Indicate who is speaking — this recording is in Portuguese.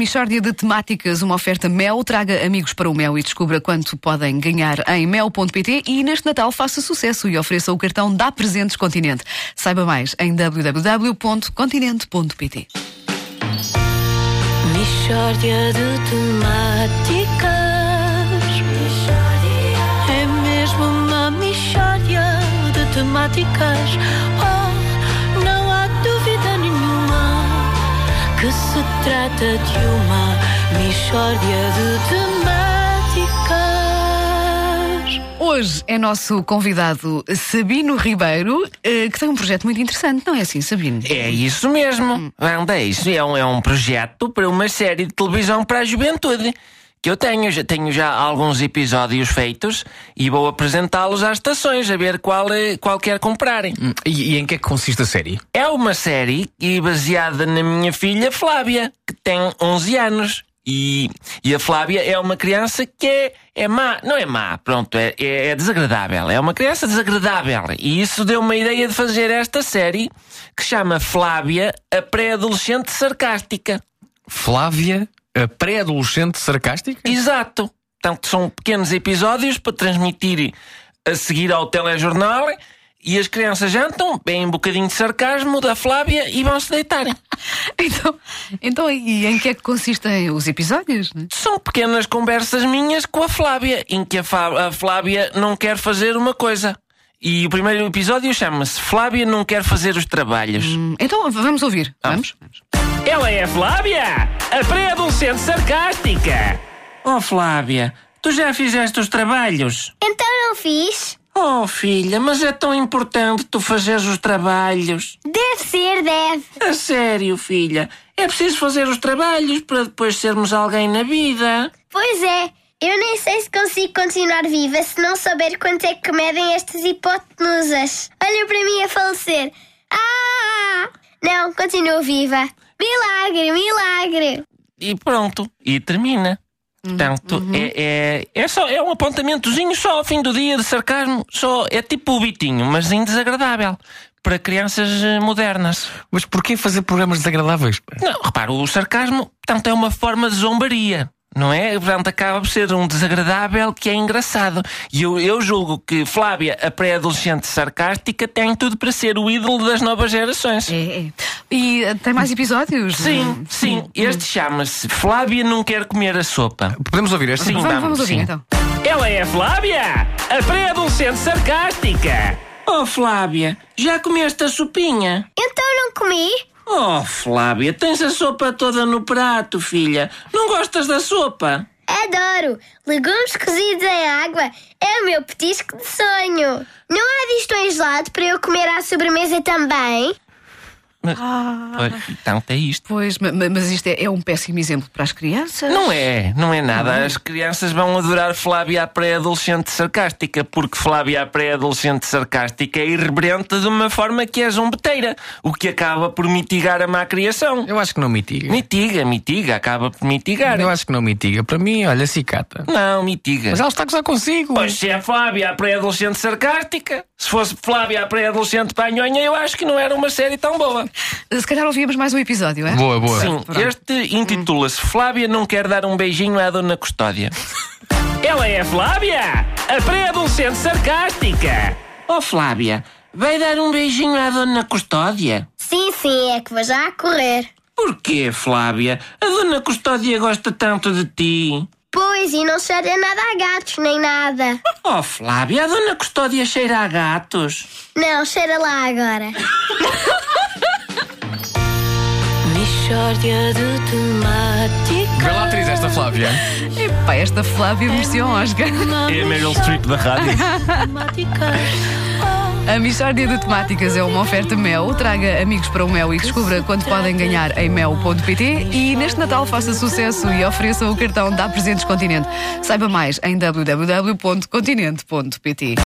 Speaker 1: Michórdia de temáticas, uma oferta Mel. Traga amigos para o Mel e descubra quanto podem ganhar em mel.pt e neste Natal faça sucesso e ofereça o cartão Dá Presentes Continente. Saiba mais em www.continente.pt.
Speaker 2: Mishória de temáticas É mesmo uma mishória de temáticas Oh, não há dúvida nenhuma Que se trata de uma mishória de temáticas
Speaker 1: Hoje é nosso convidado Sabino Ribeiro, eh, que tem um projeto muito interessante, não é assim, Sabino?
Speaker 3: É isso mesmo. Anda, isso é um, é um projeto para uma série de televisão para a juventude. Que eu tenho, já tenho já alguns episódios feitos e vou apresentá-los às estações, a ver qual, eh, qual quer comprarem.
Speaker 4: E, e em que é que consiste a série?
Speaker 3: É uma série e baseada na minha filha Flávia, que tem 11 anos. E, e a Flávia é uma criança que é, é má. Não é má, pronto, é, é, é desagradável. É uma criança desagradável. E isso deu uma ideia de fazer esta série que chama Flávia, a pré-adolescente sarcástica.
Speaker 4: Flávia, a pré-adolescente sarcástica?
Speaker 3: Exato. Portanto, são pequenos episódios para transmitir a seguir ao telejornal. E as crianças jantam, bem um bocadinho de sarcasmo da Flávia e vão se deitarem.
Speaker 1: Então, então, e em que é que consistem os episódios? né?
Speaker 3: São pequenas conversas minhas com a Flávia, em que a, Fa- a Flávia não quer fazer uma coisa. E o primeiro episódio chama-se Flávia não quer fazer os trabalhos.
Speaker 1: Hum, Então vamos ouvir.
Speaker 3: Ah.
Speaker 1: Vamos?
Speaker 3: Ela é a Flávia, a pré-adolescente sarcástica. Oh, Flávia, tu já fizeste os trabalhos?
Speaker 5: Então não fiz?
Speaker 3: Oh, filha, mas é tão importante tu fazeres os trabalhos.
Speaker 5: Deve ser, deve.
Speaker 3: A sério, filha, é preciso fazer os trabalhos para depois sermos alguém na vida.
Speaker 5: Pois é, eu nem sei se consigo continuar viva se não souber quanto é que medem estas hipotenusas. Olha para mim a falecer. Ah! Não, continuo viva. Milagre, milagre.
Speaker 3: e pronto, e termina. Portanto, é, é, é, só, é um apontamentozinho só ao fim do dia de sarcasmo, só é tipo o bitinho, mas em desagradável para crianças eh, modernas.
Speaker 4: Mas porquê fazer programas desagradáveis?
Speaker 3: Não, repara, o sarcasmo, portanto, é uma forma de zombaria. Não é? Portanto, acaba por ser um desagradável que é engraçado. E eu, eu julgo que Flávia, a pré-adolescente sarcástica, tem tudo para ser o ídolo das novas gerações.
Speaker 1: É, Uhum. é. E eh, tem mais episódios? Hum.
Speaker 3: Sim, sim. Este chama-se Flávia não quer comer a sopa.
Speaker 4: Podemos ouvir esta?
Speaker 3: Sim.
Speaker 1: Vamos, vamos ouvir
Speaker 3: Sim.
Speaker 1: então.
Speaker 3: Ela é a Flávia, a pré-adolescente sarcástica. Oh, Flávia, já comeste a sopinha?
Speaker 5: Então não comi?
Speaker 3: Oh, Flávia, tens a sopa toda no prato, filha. Não gostas da sopa?
Speaker 5: Adoro! Legumes cozidos em água é o meu petisco de sonho. Não há disto em gelado para eu comer à sobremesa também?
Speaker 3: Olha, então é isto.
Speaker 1: Pois, ma- ma- mas isto é, é um péssimo exemplo para as crianças.
Speaker 3: Não é, não é nada. As crianças vão adorar Flávia a pré-adolescente sarcástica, porque Flávia a pré-adolescente sarcástica é irreverente de uma forma que é zombeteira, o que acaba por mitigar a má criação.
Speaker 4: Eu acho que não mitiga.
Speaker 3: Mitiga, mitiga, acaba por mitigar.
Speaker 4: Eu acho que não mitiga. Para mim, olha, cicata.
Speaker 3: Não, mitiga.
Speaker 4: Mas ela está a gozar consigo.
Speaker 3: Pois se é Flávia a pré-adolescente sarcástica, se fosse Flávia a pré-adolescente panhonha, eu acho que não era uma série tão boa.
Speaker 1: Se calhar ouvíamos mais um episódio, é?
Speaker 4: Boa, boa.
Speaker 3: Sim, este intitula-se Flávia não quer dar um beijinho à dona Custódia. Ela é a Flávia, a pré-adolescente sarcástica. Oh Flávia, vai dar um beijinho à dona Custódia?
Speaker 5: Sim, sim, é que vou já a correr.
Speaker 3: Porquê, Flávia? A dona Custódia gosta tanto de ti.
Speaker 5: Pois, e não cheira nada a gatos nem nada.
Speaker 3: Oh Flávia, a dona Custódia cheira a gatos.
Speaker 5: Não, cheira lá agora.
Speaker 2: Mishória de temáticas
Speaker 4: Bela atriz esta Flávia.
Speaker 1: Epá, esta Flávia mereceu um Oscar.
Speaker 2: Uma
Speaker 3: Streep da rádio.
Speaker 2: temáticas Oh,
Speaker 1: A Michórdia de Temáticas é uma oferta Mel. Traga amigos para o Mel e descubra quanto podem ganhar em mel.pt e neste Natal faça sucesso e ofereça o cartão Dá Presentes Continente. Saiba mais em www.continente.pt.